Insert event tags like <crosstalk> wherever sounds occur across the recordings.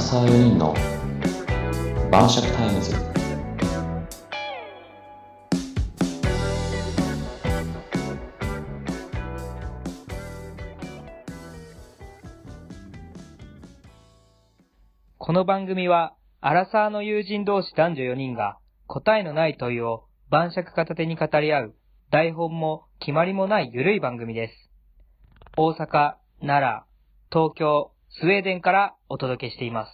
サー4人の晩酌タイムズこの番組は、アラサーの友人同士男女4人が、答えのない問いを晩酌片手に語り合う、台本も決まりもないゆるい番組です。大阪、奈良、東京、スウェーデンからお届けしています。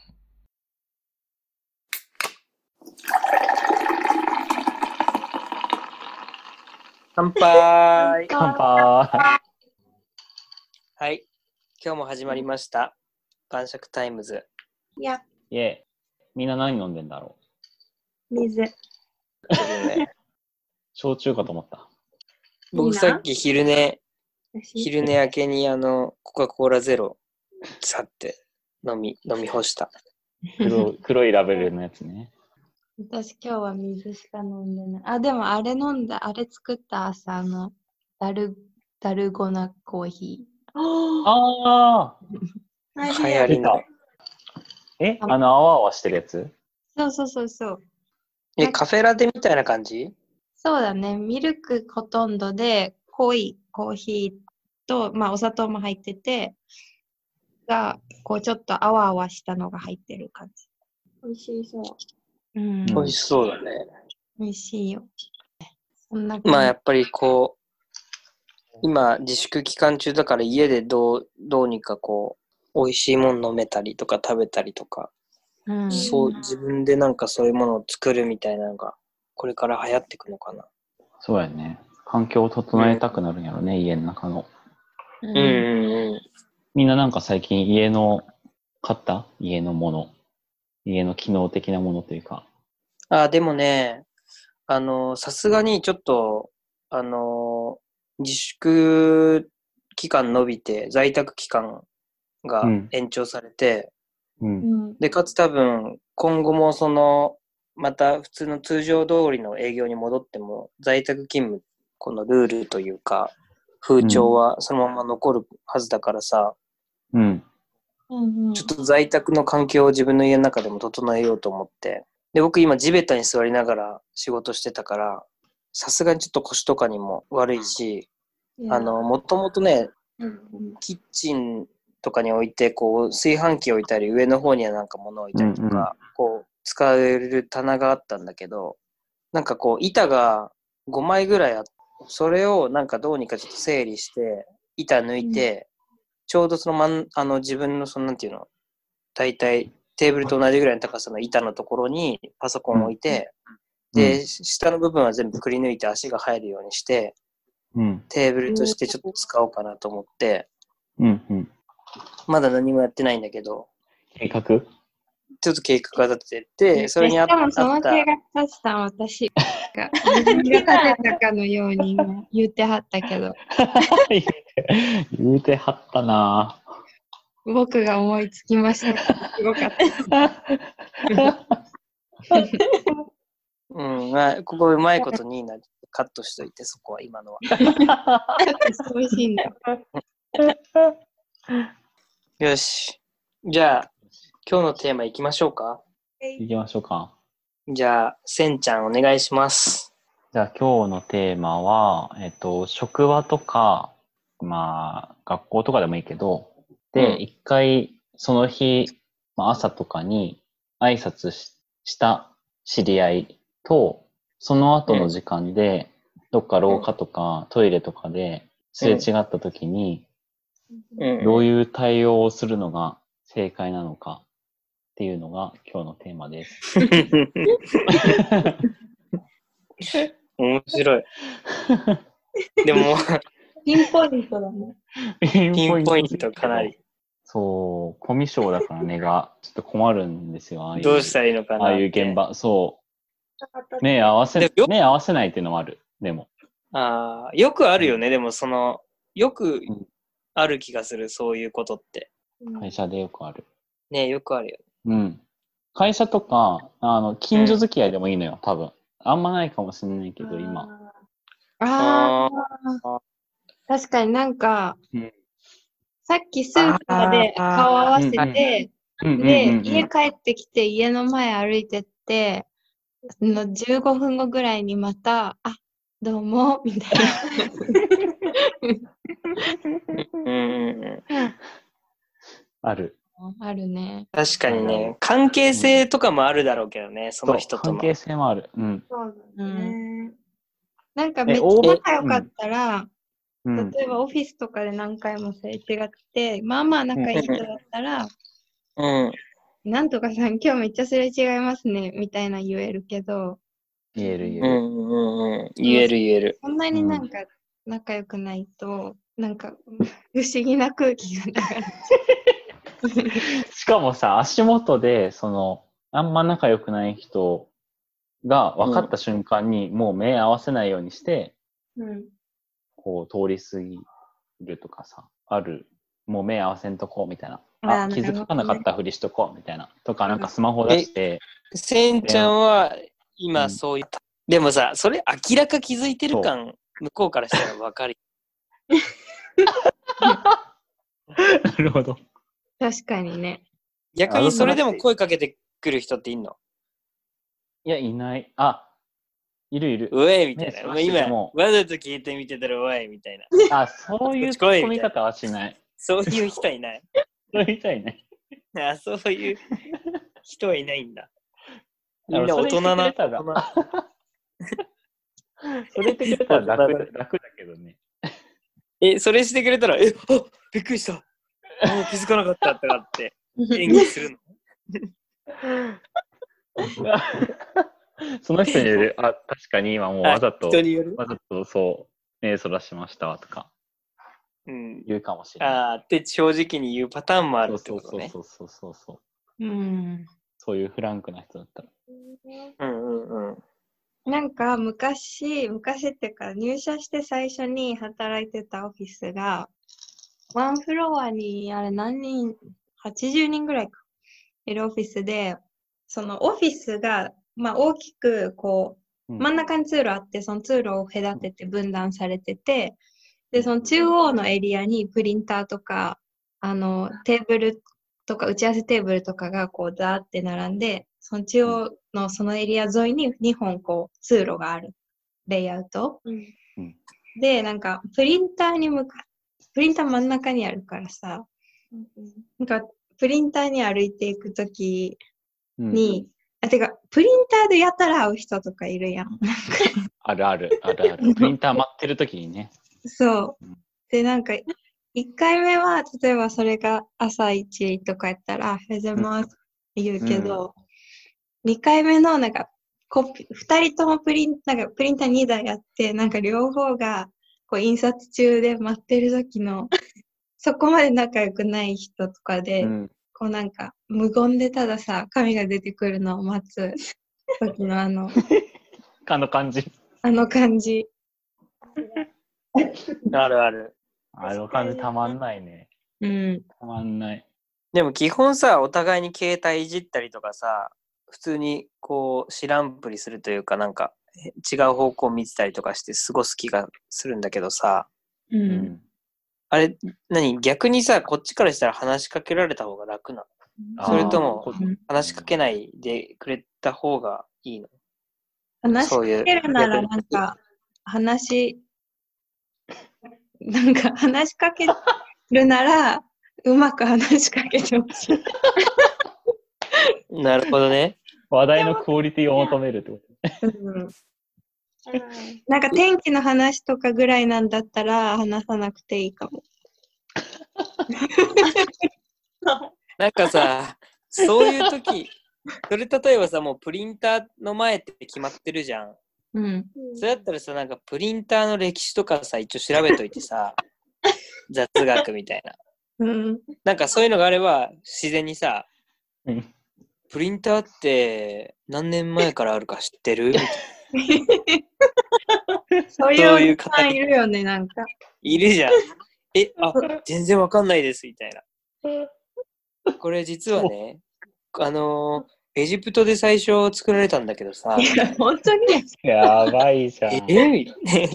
乾杯乾杯はい。今日も始まりました。晩酌タイムズ。いや、イェイみんな何飲んでんだろう水。焼酎かと思った。僕さっき昼寝、私、昼寝明けにあの、コカ・コーラゼロ、さって飲み、飲み干した。黒 <laughs> い黒いラベルのやつね。私今日は水しか飲んでない。あ、でもあれ飲んだ、あれ作った朝あの、ダル、ダルゴナコーヒあー。流行あり出のた。。えあの、あわあわしてるやつそうそうそうそう。え、カフェラテみたいな感じそうだね、ミルクほとんどで、濃いコーヒーと、まあお砂糖も入ってて、が、こうちょっとあわあわしたのが入ってる感じ。美味しそう。うん、美味美味ししそうだね。美味しいよ。そんな感じ。まあやっぱりこう、今自粛期間中だから家でどう、どうにかこう、美味しいもん飲めたりとか食べたりとか、うん、そう、自分でなんかそういうものを作るみたいなのが、これから流行ってくのかな。そうやね。環境を整えたくなるんやろね、家の中の。ううんうんうん。みんななんか最近家の、買った家のもの。家の機能的なものというか。あ、でもね、あの、さすがにちょっと、あの、自粛期間延びて、在宅期間がうん延長されて、うん。うん。で、かつ多分、今後もその、また普通の通常通りの営業に戻っても、在宅勤務、このルールというか、風潮はそのまま残るはずだからさ、うん。うんうんちょっと在宅の環境を自分の家の中でも整えようと思って。で、僕今地べたに座りながら仕事してたから、さすがにちょっと腰とかにも悪いし、あの、、もともとね、うんキッチンとかに置いて、こう、炊飯器置いたり、上の方にはなんか物置いたりとか、うんうんこう、使える棚があったんだけど、なんかこう、板が5枚ぐらいあって、それをなんかどうにかちょっと整理して、板抜いて、ちょうどそのまん、あの、自分の、その、なんていうの、大体、テーブルと同じぐらいの高さの板のところにパソコンを置いて、で、下の部分は全部くり抜いて足が入るようにして、うん。テーブルとしてちょっと使おうかなと思って、うん。うん。まだ何もやってないんだけど、計画 <laughs> ちょっと計画が立ててて、それにあしかもそあのった、計画立てたん私が、自分が立てたかのように今言ってはった <laughs> けど、言うて言うてはったなぁ僕が思いつきました。すごかった。うん、まあここうまいことニーナカットしといて、そこは今のは。美味しいんだ。よし。じゃあ、今日のテーマいきましょうか。行きましょうか。じゃあ、せんちゃんお願いします。じゃあ今日のテーマは、えっと、職場とか、まあ、学校とかでもいいけど、うで、ん一、回、その日、まあ、朝とかに挨拶しした知り合いと、その後の時間で、どっか廊下とかトイレとかですれ違った時に、うんどういう対応をするのが正解なのかっていうのが今日のテーマです。面白い。で <laughs> も、ピンポイントだね。ピンポイントかなり。。そう、コミュ障だからねが、ちょっと困るんですよ。ああいうどうしたらいいのかなああいう現。場。そう。目合わせでもよ、目合わせないっていうのもある。でも。ああ、よくあるよね、でもその、よくんある気がする、そういうことって。会社でよくある。ねよくあるよ。うん。会社とか、あの、近所付き合いでもいいのよ、多分。あんまないかもしれないけど、今。。あああ、確かになんかうん、さっきスーパーであー顔合わせうんて、で、うんうんうんうん家帰ってきて家の前歩いてって、あの15分後ぐらいにまた、あどうも、 <laughs> みたいうん。な。ある。あるね。確かにね、関係性とかもあるだろうけどね、その人そうと関の。係性もある。うん。そうだね。なんかえめっちゃ大仲良かったら、うん。例えばオフィスとかで何回もすれ違って、まあまあ仲いい人だったら、うん。なんとかさん今日めっちゃすれ違いますね、みたいな言えるけど、言える言うえる。んうんうん。言える言える。そんなになんか仲良くないと、なんか不思議な空気が流れてしかもさ、足元で、その、あんま仲良くない人が分かった瞬間に、もう目合わせないようにして、うんこう通り過ぎるとかさ、ある。もう目合わせんとこうみたいな。ああ、ー気づかなかったふりしとこうみたいな。とか、なんかスマホ出して、せんちゃんはう今んそういう、でもさ、それ明らか気づいてる感、向こうからしたらわか <laughs> る。なるほど。確かに <laughs> ね。逆にそれでも声かけてくる人っていんのいや、いない。あ、いるいる。うえいみたいねな。そもううそう今、もわうざと聞いてみてたらうえいみたいな。あ、そういうこっち来い込み方はしない。そういう人はい <laughs> ない。そうみたいね。あそういう人はいないんだ。みだんからなそ大れ言っ人な。てくれたらそれっ大人て言ったら楽だ楽だけどね。え、それしてくれたら、え、あびっくりした。もう気づかなかったとか <laughs> って演技するの。その人による、あ、確かに今もうわざと、人による。わざとそう、目そらしましたとかうん。言うかもしれない。ああ、って正直に言うパターンもあるそうってそこうとね。そうそうそうそう。うん。そういうフランクな人だったら。うんうんうん。なんか昔、昔っていうか入社して最初に働いてたオフィスが、ワンフロアにあれ何人、80人ぐらいか、いるオフィスで、そのオフィスが、まあ大きくこう、うん真ん中に通路あって、その通路を隔てて分断されてて、で、その中央のエリアにプリンターとか、あの、テーブルとか打ち合わせテーブルとかがこうザーって並んで、その中央のそのエリア沿いに2本こう通路があるレイアウト。うんで、なんかプリンターに向か、プリンター真ん中にあるからさ、なんかプリンターに歩いていくときうんに、あ、てか、プリンターでやたら会う人とかいるやん。あるある、あるある。プリンター待ってる時にね。そううん。で、なんか、1回目は、例えばそれが朝1とかやったら、おはようございますって言うけど、2回目の、なんか、コピ2人ともプリン、なんかプリンター2台やって、なんか両方が、こう、印刷中で待ってる時の、そこまで仲良くない人とかで、うんこうなんか、無言でたださ、紙が出てくるのを待つ時のあの、あの感じ。あの感じ。あるある。あの感じたまんないね。うん。たまんない。でも基本さ、お互いに携帯いじったりとかさ、普通にこう知らんぷりするというか、なんかえ違う方向見てたりとかして過ごす気がするんだけどさ、う。。うんあれ、何逆にさ、こっちからしたら話しかけられた方が楽なのあーそれともこうん話しかけないでくれた方がいいの話しそかういうけるなら、逆になんか、話、なんか、話しかけるなら、うまく話しかけてほしい。なるほどね。話題のクオリティを求めるってこと。うんなんか、天気の話とかぐらいなんだったら、話さなくていいかも。なんかさ、そういう時、それ例えばさ、もうプリンターの前って決まってるじゃん。うん。それだったらさ、なんかプリンターの歴史とかさ、一応調べといてさ、雑学みたいな。うん。なんかそういうのがあれば、自然にさ、うんプリンターって何年前からあるか知ってるみたいなそそうういいううおじさ方んいるよね、なんか。いるじゃん。え、あ、全然わかんないです、みたいな。これ実はね、あのーエジプトで最初作られたんだけどさ、いや、本当に。やばいじゃえん。えみたいな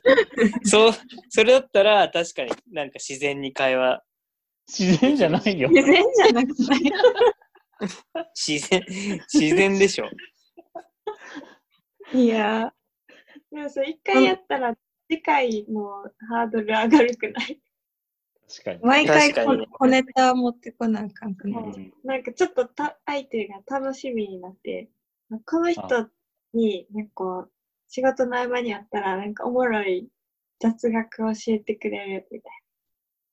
そう、それだったら確かになんか自然に会話。自然じゃないよ。 <laughs> 自然じゃなくない。自然、自然でしょ。いやーでもそれ一回やったら、次回もハードル上がるくない確かに。毎回確かにねこ小ネタ持ってこなあかんくなうい、ん <laughs> なんかちょっとた相手が楽しみになって、この人に、なんか仕事の合間に会ったら、なんかおもろい雑学教えてくれるみたい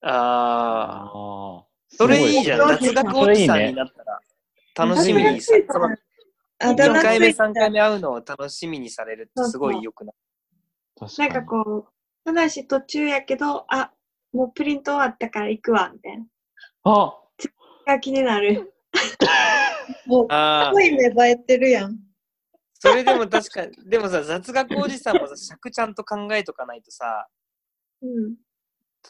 ああ。ああ。それいいじゃん。す雑ごい学おじさんになったら、楽しみにさそれいいねそのあだ名2回目、ついた3回目会うのを楽しみにされるってすごい良くない確な。なんかこう、話途中やけど、あ、もうプリント終わったから行くわ、みたいな。あが気になる。もうすああご、い芽生えてるやん。それでも確かに、でもさ、雑学おじさんもさ、尺ちゃんと考えとかないとさ、うん。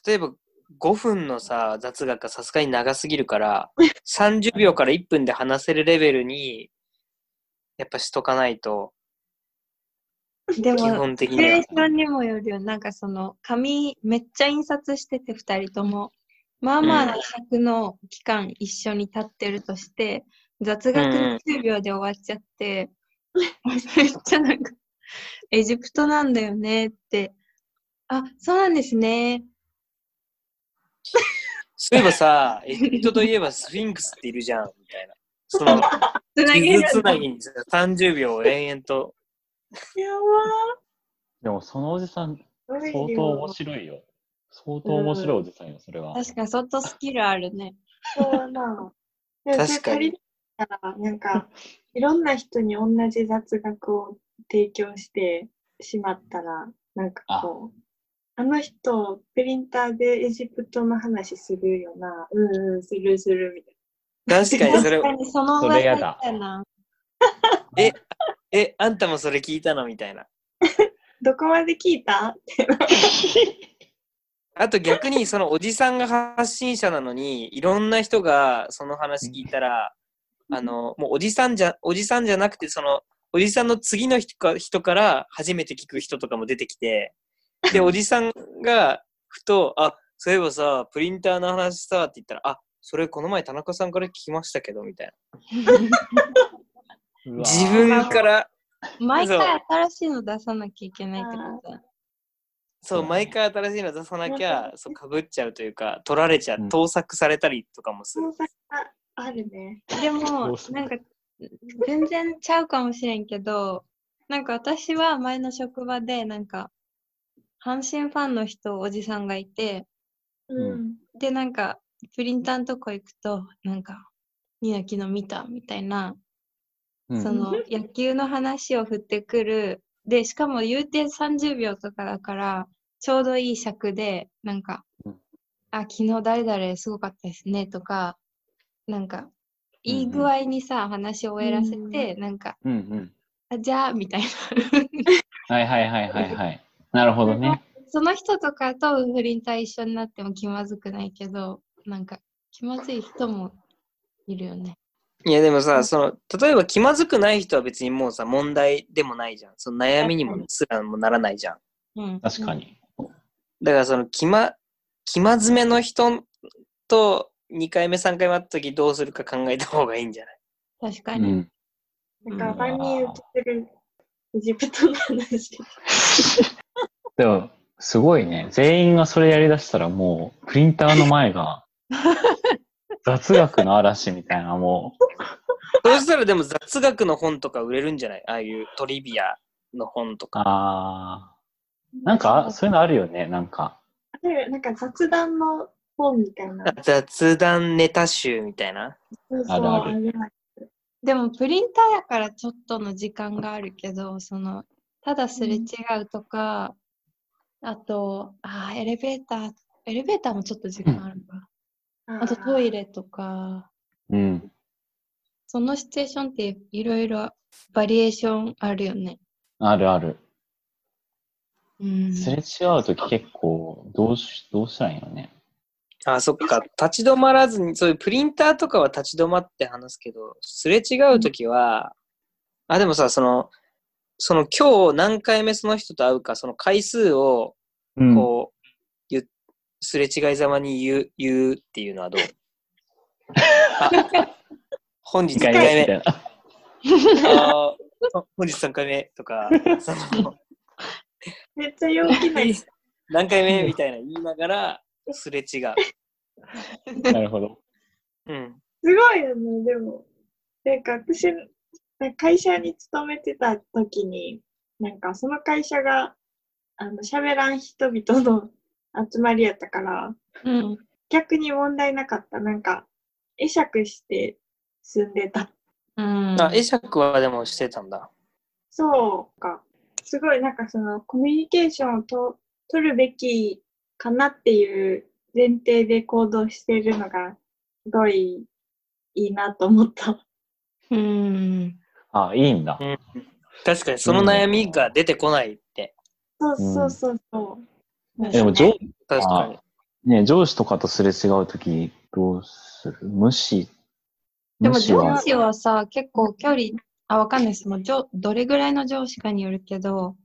例えば5分のさ、雑学がさすがに長すぎるから、30秒から1分で話せるレベルに、やっぱしとかないと、で基も、本的シにチュエーはシ。ョンにもよるよ。なんかその、紙、めっちゃ印刷してて、二人とも。まあまあな尺の期間一緒に立ってるとして、雑学うん10秒で終わっちゃって、めっちゃなんか、エジプトなんだよねって。あ、そうなんですね。そういえばさ、エジプトといえばスフィンクスっているじゃん、みたいな。その、つなげ地る図つなぎにさ30秒を延々と。やでもそのおじさん、ば相ー。当面白いよ。相当面白いおじさんよ、それは。確かに相当スキルあるね。そうやな。でもそれ確かに足りないから、なんか、いろんな人に同じ雑学を提供してしまったら、なんかこう、あの人、プリンターでエジプトの話するよな、うんうん、するするみたい確かにそれ確、かにそのそれやだ噂やな。え、あんたもそれ聞いたのみたいな。な。どこまで聞いたあと逆 <laughs> に、そのおじさんが発信者なのに、いろんな人がその話聞いたら、あの、もうおじさんじゃ、おじさんじゃなくて、その、おじさんの次の人か人から初めて聞く人とかも出てきて、 <laughs> で、おじさんがふと、あ、そういえばさ、プリンターの話さ、って言ったら、あ、それこの前田中さんから聞きましたけど、みたいな。うわー自分から、 <laughs> 毎回新しいの出さなきゃいけないってことだ。そう、毎回新しいの出さなきゃ、そう、かぶっちゃうというか、取られちゃう、盗作されたりとかもする。そ作があるね。でどもうす、んのなんか、全然ちゃうかもしれんけど、なんか私は前の職場で、なんか、阪神ファンの人、おじさんがいて、んうん。で、なんか、プリンターのとこ行くと、なんか、ニノ昨日見たみたいな、うんその、野球の話を振ってくる。で、しかも言うて30秒とかだから、ちょうどいい尺で、なんかうん、あ、昨日誰々すごかったですね、とか、なんか、いいうんうん具合にさ、話を終えらせて、なんか、うんうん。あじゃあ、みたいな。 <laughs> はいはいはいはいはい。なるほどね。その人とかと不倫対一緒になっても気まずくないけど、なんか、気まずい人もいるよね。いやでもさ、その、例えば気まずくない人は別にもうさ、問題でもないじゃん。その悩みにもすらもならないじゃん。うん。確か。に。だからその、気ま、気まずめの人と2回目、3回目会った時どうするか考えた方がいいんじゃない <laughs> 確かうに。ん。なんか、万人受けてるエジプトの話。でも、すごいね。全員がそれやりだしたらもう、プリンターの前が、 <laughs> 雑学の嵐みたいな、もそうしたらでも雑学の本とか売れるんじゃないああいうトリビアの本とう。か。あー。なんか、そういうのあるよね、なんか。でなんか雑談の本みたいな。 <laughs> 雑談ネタ集みたいな。そうそうあるあるるでも、プリンターやからちょっとの時間があるけど、その、ただすれ違うとか、あと、あーエレベーター、エレベーターもちょっと時間あるか。あと、トイレとか、うん。そのシチュエーションっていろいろバリエーションあるよね。あるある。うん。すれ違うとき結構、どうし、どうしたらいいのね。あ、そっか。立ち止まらずに、そういうプリンターとかは立ち止まって話すけど、すれ違うときは、あ、でもさ、その、その今日何回目その人と会うか、その回数を、うんこう、言う <laughs> すれ違いざまに言う、言うっていうのはどうあ本日2 2回回目み目たいな。あー本日3回目と <laughs> か、そのめっちゃ陽気な人。何回目みたいな言いながら、すれ違う。なるほど。うん。すごいよね、でも。なんか私、なんか会社に勤めてた時に、なんかその会社が、あの、喋らん人々の集まりやったから、 <laughs> うん。逆に問題なかった。なんか、会釈して住んでた。うん。あ、会釈はでもしてたんだ。そうか。すごい、なんかその、コミュニケーションをと取るべきかなっていう前提で行動しているのが、すごいいいなと思った。うん。あ、いいんだ。確かにその悩みが出てこないって。そうそうそううそう。んでも上、確かに。ね、上司とかとすれ違うとき、どうする無視。無でも視上は。司はさ、結構距離、あ、わかんないです。もう上どれぐらいの上司かによるけど、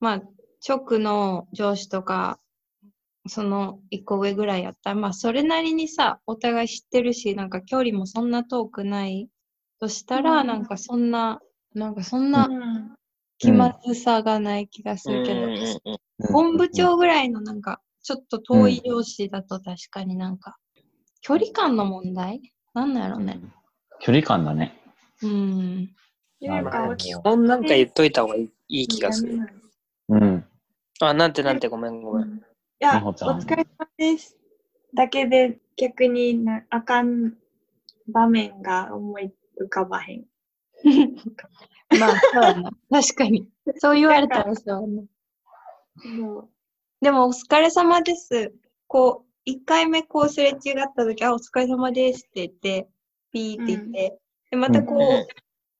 まあ、直の上司とか、その一個上ぐらいやったら、まあ、それなりにさ、お互い知ってるし、なんか距離もそんな遠くないとしたら、うんなんかそんな、なんかそんなうん気まずさがない気がするけど、うんうん本部長ぐらいのなんか、ちょっと遠い上司だと確かになんか、距離感の問題なんだろううんね。距離感だね。うん。なんなるかほ大どき基本なんか言っといた方がいいいい気がする。 <laughs> うん。あ、なんてなんてごめんごうめん。んいや、真お帆ちゃん疲れ様です。だけで逆になあかん場面が思い浮かばへん。まあ、そうやな。確かに。そう言われたらそうやな。そうでも、お疲れ様です。こう、一回目こうすれ違った時、あ、お疲れ様ですって言って、ピーって言って、で、またこ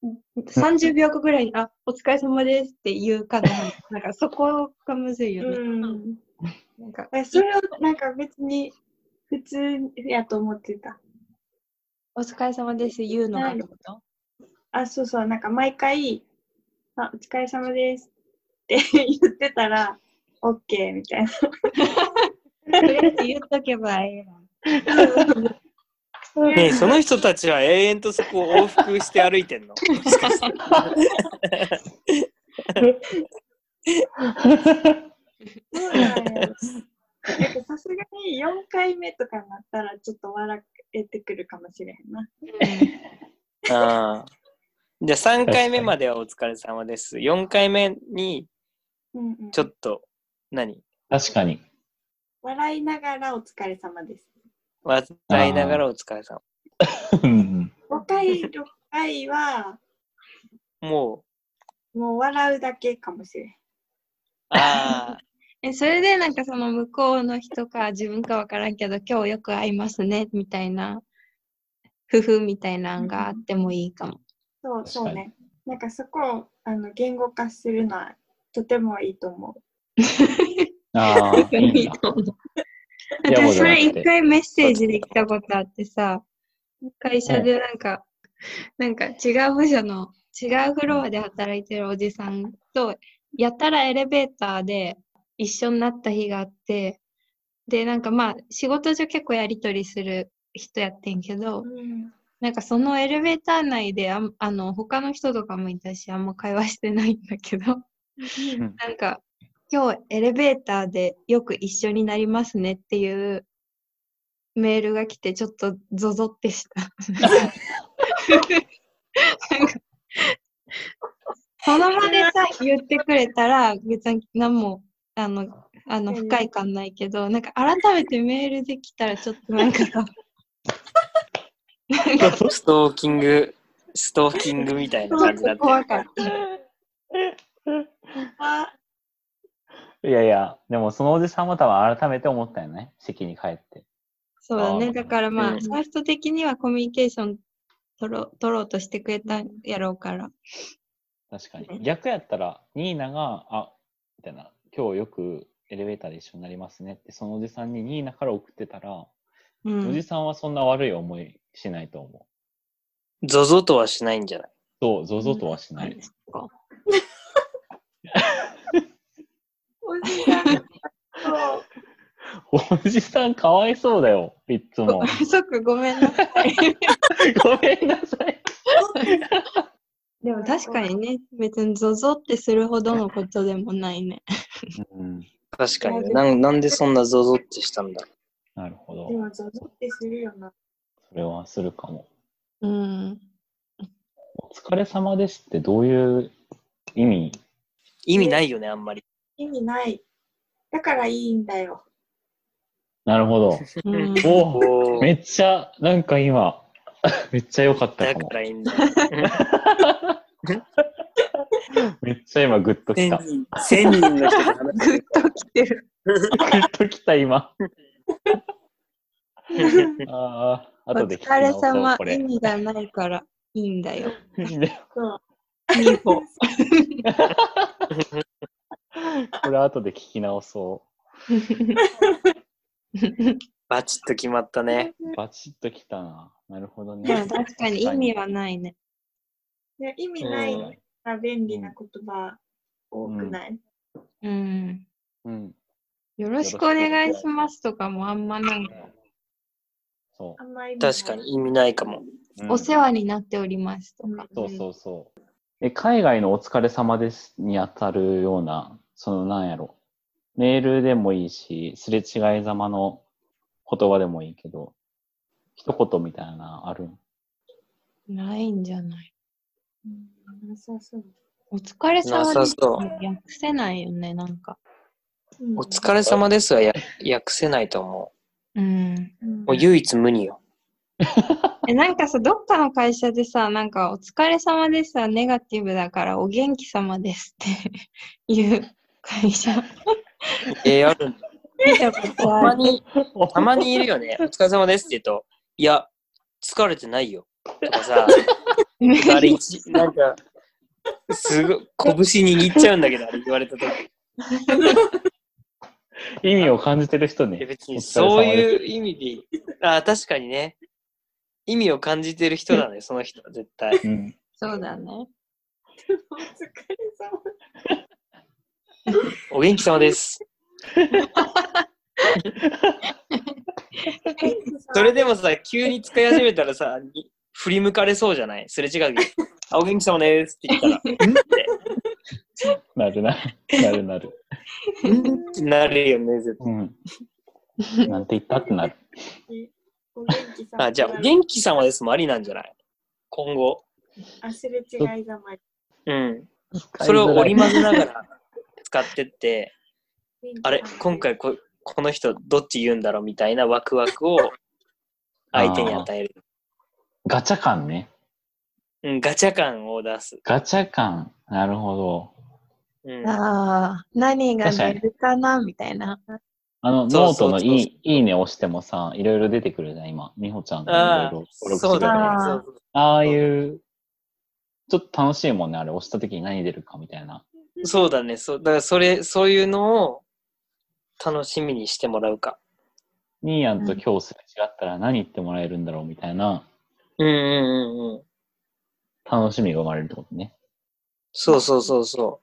う、30秒後ぐらいに、あ、お疲れ様ですって言うかな。なんか、そこがむずいよね。うん。なんか、えそれをなんか別に普通やと思ってた。お疲れ様です言うのがってことあ、そうそう、なんか毎回、あ、お疲れ様ですって言ってたら、OK みたいな。とりあえず言っとけばええわ。そういうねえその人たちは永遠とそこを往復して歩いてんのもしかしてそうなんや。なんか <laughs> さすがに4回目とかになったらちょっと笑えてくるかもしれへんな。 <laughs> あーじゃあ3回目まではお疲れ様です。4回目にうんうん、ちょっと何確かに。笑いながらお疲れ様です。笑いながらお疲れ様。うん5回、6回はもう、もう笑うだけかもしれん。ああ、えそれでなんかその向こうの人か自分かわからんけど今日よく会いますねみたいな夫婦みたいなんがあってもいいかも。そ確うかにそうね。なんかそこをあの言語化するのはとてもいいと思う。ああ、いいいんいだ。と思ういやもう私じそゃなくれて一回メッセージで来たことあってさ会社でなんか、なんか違う部署の違うフロアで働いてるおじさんとやたらエレベーターで一緒になった日があってでなんかまあ仕事上結構やり取りする人やってんけど、うん、なんかそのエレベーター内であんあの他の人とかもいたしあんま会話してないんだけど <laughs> なんか今日エレベーターでよく一緒になりますねっていうメールが来てちょっとゾゾってした。なんかその場でさ言ってくれたら別に何もあのあのうん不快感ないけどなんか改めてメールできたらちょっとなんかさなんかストーキング、ストーキングみたいな感じだった。怖かった。あいやいや、でもそのおじさんも多分改めて思ったよね。席に帰って。そうだあね。ーだからまあ、うんその人的にはコミュニケーション取ろう取ろうとしてくれたんやろうから。確かに。逆やったら、ニーナが、あ、みたいな、今日よくエレベーターで一緒になりますねって、そのおじさんにニーナから送ってたら、うおじん。さんはそんな悪い思いしないと思う。ゾゾとはしないんじゃないそう、ゾゾとはしない。 <laughs> おじさんとおじさんかわいそうだよ、いっつ <laughs> も。そっか、ごめんなさい。ごめんなさい。でも確かにね、別にゾゾってするほどのことでもないね。うん、確かになん。なんでそんなゾゾってしたんだろなるほどで。もゾゾってするよな。それはするかも。うん。お疲れ様ですってどういう意味う。意味ないよね、あんまり。意味ない。だからいいんだよ。なるほど。うん、おおおーめっちゃ、なんか今、 <laughs> めっちゃ良かっただかもか。らいいんだよ。めっちゃ今グッとき千た。グ人、千人の人と話グッときてる。ッときた今。してる。ああ、お後で聞き疲れ直そう様こ、れ。意味がないからいいんだ <laughs> よ。そう。ミホ。 <laughs> これ後で聞き直そバチッと決まったね。う。バチッときたな。なるほどでねも。確かに意味はないね。いや意味うんないから便利な言葉多くない、うん。うん。よろしくお願いしますとかもあんまなんか、そあんま意味ない確か。に意味ないかも。う。うんお世話になっておりますとか。そうそうそう。え、海外のお疲れ様ですに当たるような、そのなんやろ。メールでもいいし、すれ違いざまの言葉でもいいけど、一言みたいなのあるないんじゃないうん。なさそう。お疲れ様なでさす。そう訳せないよね、なんか。うんお疲れ様ですはや訳せないと思うん。うんう。もう唯一無二よ。えなんかさ、どっかの会社でさ、なんか、お疲れ様ですはネガティブだから、お元気様ですって <laughs> いう会社えー、あるんだ見たことたあま <laughs> る。に、たまにいるよね。お疲れ様ですって言うと、いや、疲れてないよ。とかさ、あれ一、なんか、すごい、拳握っちゃうんだけど、あれ言われた時。意味を感じてる人いやね。別にそう。ういう意味で、あー確かにね、意味を感じてる人だね、その人は絶対。うん。 <laughs> そうだね。お疲れ様。お元気様です。それでもさ、急に使い始めたらさ、に振り向かれそうじゃないすれ違うけど。あ、お元気様ですって言ったら、んっなるな。なるなる。て、んってなるよね、絶対。うん。なんて言ったってなる。お元気様。あ、じゃあ、お元気様ですもありなんじゃない今後。あすれ違いざまに。うん。 <laughs> それを織り交ぜながら使ってって、あれ、今回ここの人どっち言うんだろうみたいなワクワクを相手に与える。ガチャ感ね。うん、ガチャ感を出す。ガチャ感。なるほど。うん、ああ、何が出るかなみたいな。あの、そノうーそトうのそうそういい、いいね押してもさ、いろいろ出てくるじゃん、今。みほちゃんがあいあろいろ登、録そしうてたああだーね。そうそうあいう、ちょっと楽しいもんね、あれ押した時に何出るかみたいな。そうだね。そうだからそれ、そういうのを楽しみにしてもらうか。ニーヤンと今日すれ違ったら何言ってもらえるんだろうみたいなうんうんうんうん。楽しみが生まれるってことね。そうそうそうそ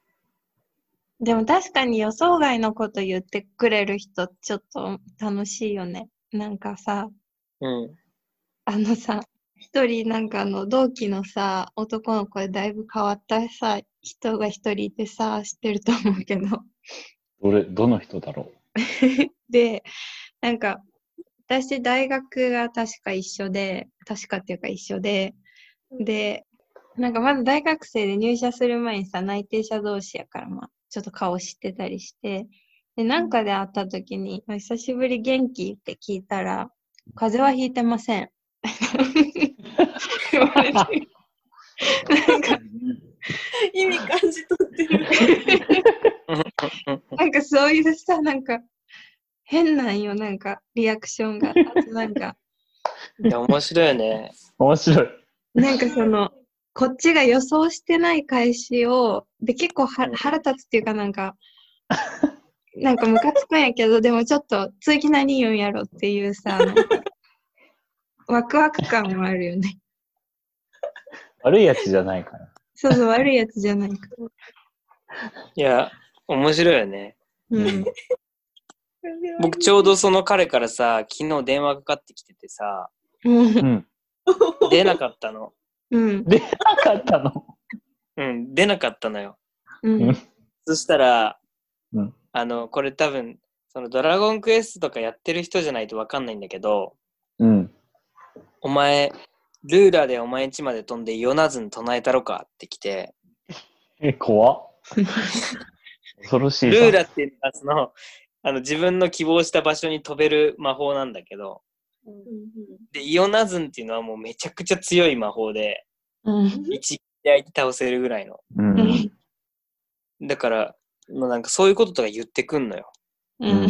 でも確かに予想外のこと言ってくれる人、ちょっと楽しいよね。なんかさ、う。うん。あのさ、一人なんかあの同期のさ、男の子でだいぶ変わったさ、人が一人いてさ、知ってると思うけど。どれ、どの人だろで、なんか、私大学が確か一緒で、確かっていうか一緒で、で、なんかまず大学生で入社する前にさ、内定者同士やから、まあ、ちょっと顔知ってたりして、で、なんかで会った時に、まあ久しぶり元気って聞いたら、風邪はひいてません。言われてなんか、意味感じ取ってる。なんかそういうさ、なんか、変なんよ、なんか、リアクションが。あとなんか、いや、面白いよ <laughs> ね。う面白い。なんかその、こっちが予想してない返しを、で、結構はうん腹立つっていうかなんか、なんかムカつくんやけど、でもちょっと、次何言うんやろっていうさ、なんかワクワク感もあるよね。悪いやつじゃないから。そうそう、悪いやつじゃないから。いや、面白いよね。うん。 <laughs> 僕ちょうどその彼からさ、昨日電話かかってきててさ、うんうん。出なかったの。 <laughs> うん。出なかったの。うん、出なかったのよ。うん。そしたら、うんあの、これ多分、そのドラゴンクエストとかやってる人じゃないとわかんないんだけど、うん。お前、ルーラーでお前ん家まで飛んで、ヨナズン唱えたろかって来て、え、怖っ。恐ろしいルじゃん。ーラっていうのはその、 <laughs> あの自分の希望した場所に飛べる魔法なんだけど、で、イオナズンっていうのはもうめちゃくちゃ強い魔法で、うん。一撃で倒せるぐらいの。うん。だから、もうなんかそういうこととか言ってくんのよ。うん。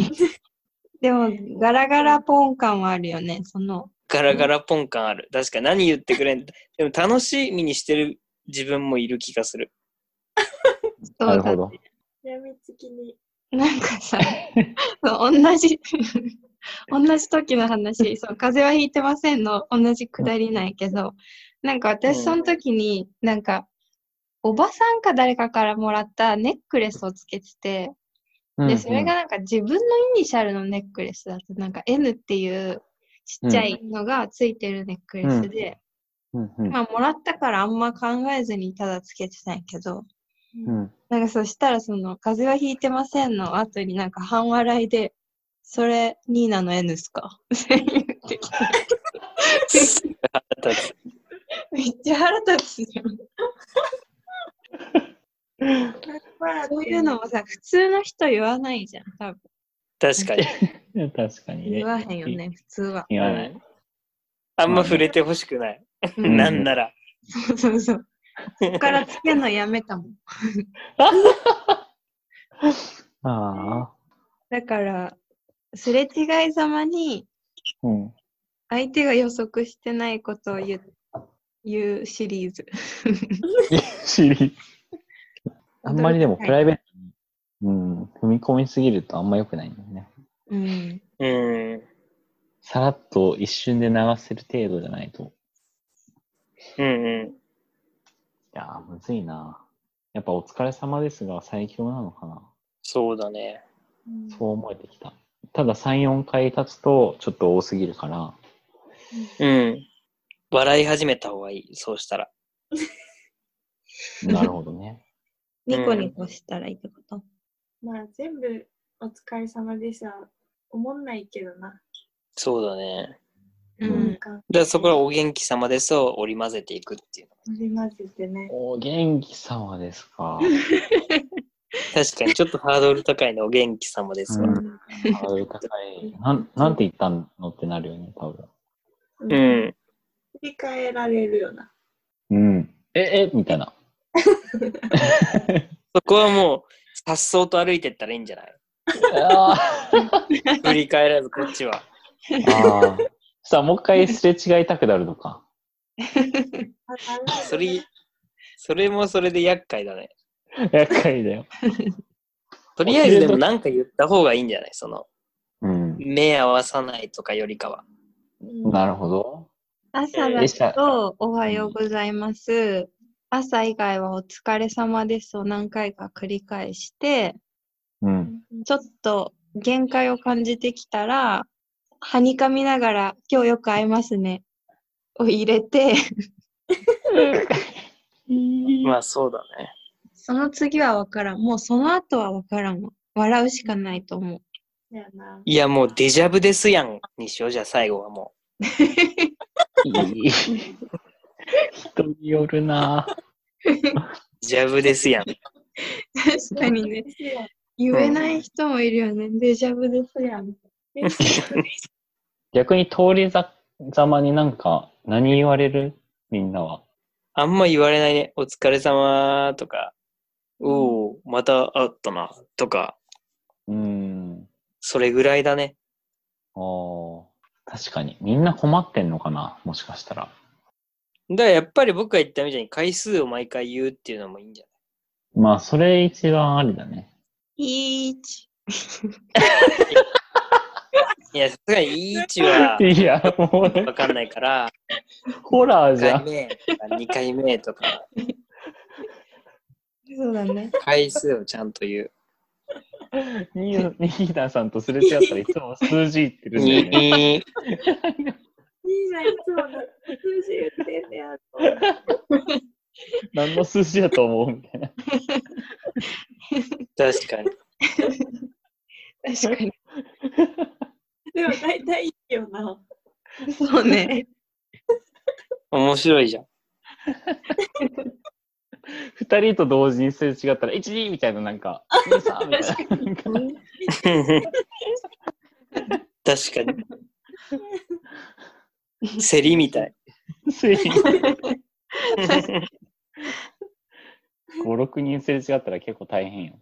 でも、ガラガラポン感はあるよね。その、ガラガラポン感ある。確か何言ってくれん。 <laughs> でも楽しみにしてる自分もいる気がする。そうだなるほど。やみつきに。なんかさ、そう同じ、同じ時の話、そう、風邪はひいてませんの、同じくだりなんやけど、なんか私その時に、なんか、おばさんか誰かからもらったネックレスをつけてて、うんうで、んそれがなんか自分のイニシャルのネックレスだと、なんか N っていうちっちゃいのがついてるネックレスで、うんうんまあもらったからあんま考えずにただつけてたんやけど、うんなんかそしたらその「風邪はひいてません」の後になんか半笑いで「それニーナの N っす <laughs> か?」って言ってきて腹立つめっちゃ腹立つじゃ <laughs> んそういうのもさ普通の人言わないじゃん多分確かに。確かにね。言わへんよ。ね普通 <laughs> は言わない。あんま触れてほしくない。うんなんなら。 <laughs> そうそうそうこっからつけんのやめたもんああ。だからすれ違いざまにうん。相手が予測してないことを言う言うシリーズ知り。あんまりでもプライベートに、うん、踏み込みすぎるとあんま良くないんだよね。うんうん。さらっと一瞬で流せる程度じゃないと。うんうん。いやー、むずいな。やっぱお疲れ様ですが最強なのかな。そうだね。そう思えてきた。ただ3、4回経つとちょっと多すぎるから。うん。笑い始めた方がいい。そうしたら。なるほどね。ニコニコしたらいいってことまあ全部お疲れ様でした。おもんないけどな。そうだね。うんなんか、じゃあそこはお元気様ですを織り交ぜていくっていうの。乗り混ぜて <laughs> ね。お元気様ですか。確かにちょっとハードル高いね。お元気様ですわ。うんハードル高い。 <laughs> なん、なんて言ったのってなるよね、多分。うう。ん。振り返られるよな。うん。え、え、みたいな。そこはもう、さっそうと歩いてったらいいんじゃ <laughs> ないあ振り返らず、こっちは。ー <laughs> あー。さあ、もう一回すれ違いたくなるの <laughs> か。あなるほどねそれ、それもそれで厄介だね。厄介だよ。とりあえずでもなんか言った方がいいんじゃないその、うん。目合わさないとかよりかは。うんなるほど。朝だと、おはようございます。朝以外はお疲れ様ですを何回か繰り返して、うん。ちょっと限界を感じてきたら、はにかみながら、今日よく会えますね。を入れて、まあそうだね。その次はわからん。もうその後はわからんわ。笑うしかないと思う。だよな。いやもうデジャブですやんにしよう。じゃあ最後はもいい <laughs> 人によるな。う。デジャブですやん。確かにね。言えない人もいるよね。デジャブですやん。逆に通りざざまになんか、何言われるみんなは。あんま言われないね。お疲れ様とか、おお、また会ったなとか、うん。それぐらいだね。あー確かに。みんな困ってんのかなもしかしたら。だからやっぱり僕が言ったみたいに回数を毎回言うっていうのもいいんじゃないまあ、それ一番ありだね。いーち。いや、さすがにいいちは <laughs> いや、も <laughs> わかんないから、う、ホラー1じゃ回ん。目とか2回目とか、そうだね。回数をちゃんと言う。ニーニーダーさんとすれ違ったらいつも数字言ってるんだよ <laughs> ね。にいいないつもな数字言ってんねやと思って。何の数字やと思うみたいな。確かに。確かでも大体いいよな。に。そうね。面白 <laughs> いじゃん。二人と同時にすれ違ったら、1、2! みたいな、なんか、2、3! みたいな <laughs> なんか。確かに。セリみ <laughs> たい。つい5、6人すれ違ったら結構大変よ。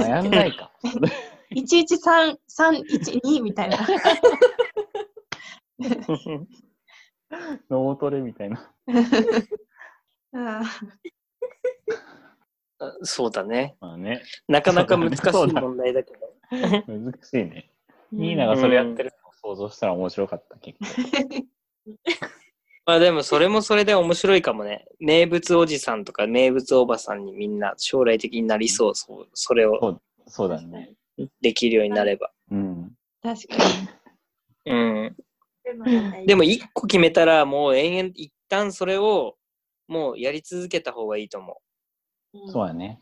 あやんないか。 113312みたいな。 <laughs> 脳トレみたいな。あ <laughs> そうだね。まあね、なかなか難しそういだね問題だけど。難しいね。ニーナがそれやってるのを想像したら面白かった、結構。まあでもそれもそれで面白いかもね。名物おじさんとか名物おばさんにみんな将来的になりそう。そうそれをそうだね。できるようになれば。うん。確かに。うん。でもなんかいいでも一個決めたらもう延々、一旦それをもうやり続けた方がいいと思そうだね。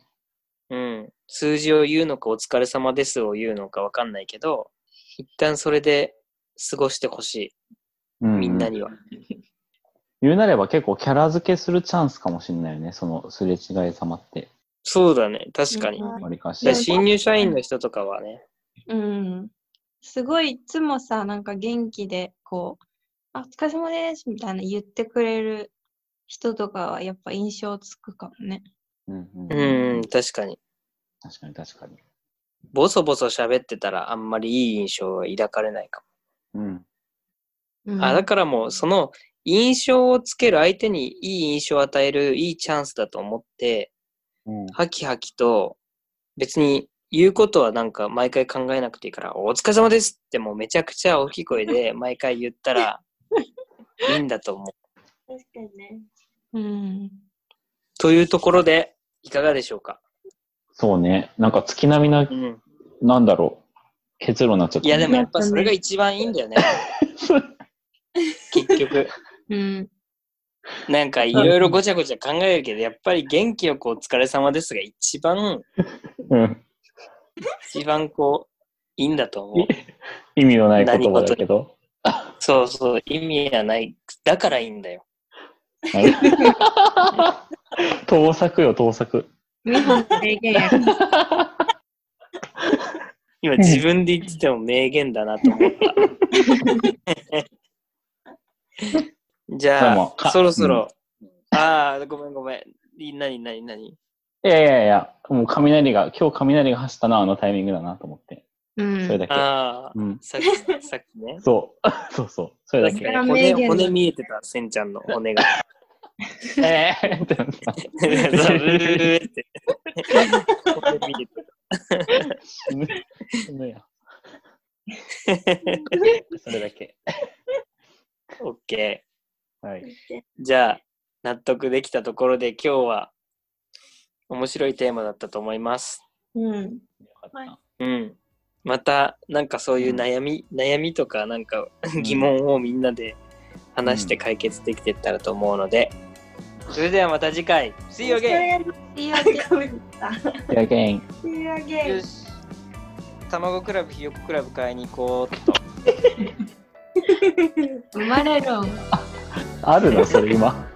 う。うん。数字を言うのかお疲れ様ですを言うのかわかんないけど、一旦それで過ごしてほしうい。んみんなには。言うなれば結構キャラ付けするチャンスかもしれないよね、そのすれ違い様って。そうだね。確かに。うんわりかしじゃあ。新入社員の人とかはね。うん。すごいいつもさ、なんか元気で、こう、あ、お疲れ様ですみたいな言ってくれる人とかはやっぱ印象つくかもね。うんううんん、。確かに。確かに確かに。ボソボソ喋ってたらあんまりいい印象は抱かれないかうん。うんも。あだからもうその印象をつける相手にいい印象を与えるいいチャンスだと思って、うんハキハキと別に言うことはなんか毎回考えなくていいから、お疲れ様ですってもうめちゃくちゃ大きい声 <laughs> で毎回言ったらいいんだと思う。確かにね。うん。というところでいかがでしょうか、そうね。なんか月並みな、うん、なんだろう。結論になっちゃった。いやでもやっぱそれが一番いいんだ <laughs> よね。結局。うん。なんかいろいろごちゃごちゃ考えるけど、やっぱり元気よくお疲れ様ですが、一番、 <laughs> うん。一番こう、いいんだと思う。意味のない言葉だけど。そうそう、意味はない。だからいいんだよ。はい <laughs> 盗作よ、盗作。みほん名言やから今自分で言ってても名言だなと思った。 <laughs> じでもゃかあ、そろそろ、ああ、ごめんごめん。いなになになにいやいやいや、もう雷が、今日雷が走ったな、あのタイミングだなと思って。うそれん。だけ。ああ、うん。さっき、さっきね。そう。 <laughs> そうそう。それだ確け。からに名骨言だ骨見えてた、せんちゃんの骨 <laughs> が。えーってなったそううーって骨見えてた死ぬ死ぬ <laughs> やんそれだけ。オッケはい。ー。じゃあ、納得できたところで、今日は面白いテーマだったと思います。うん。よかったはうん。また、なんかそういう悩み、悩みとか、なんか疑問をみんなで話して解決できてったらと思うので、それではまた次回、See you again! いいごめんなさい。じゃあゲイン。 See you again. よし。卵クラブ、ひよこクラブ買いに行こうっと。生まれるん。あるのそれ今。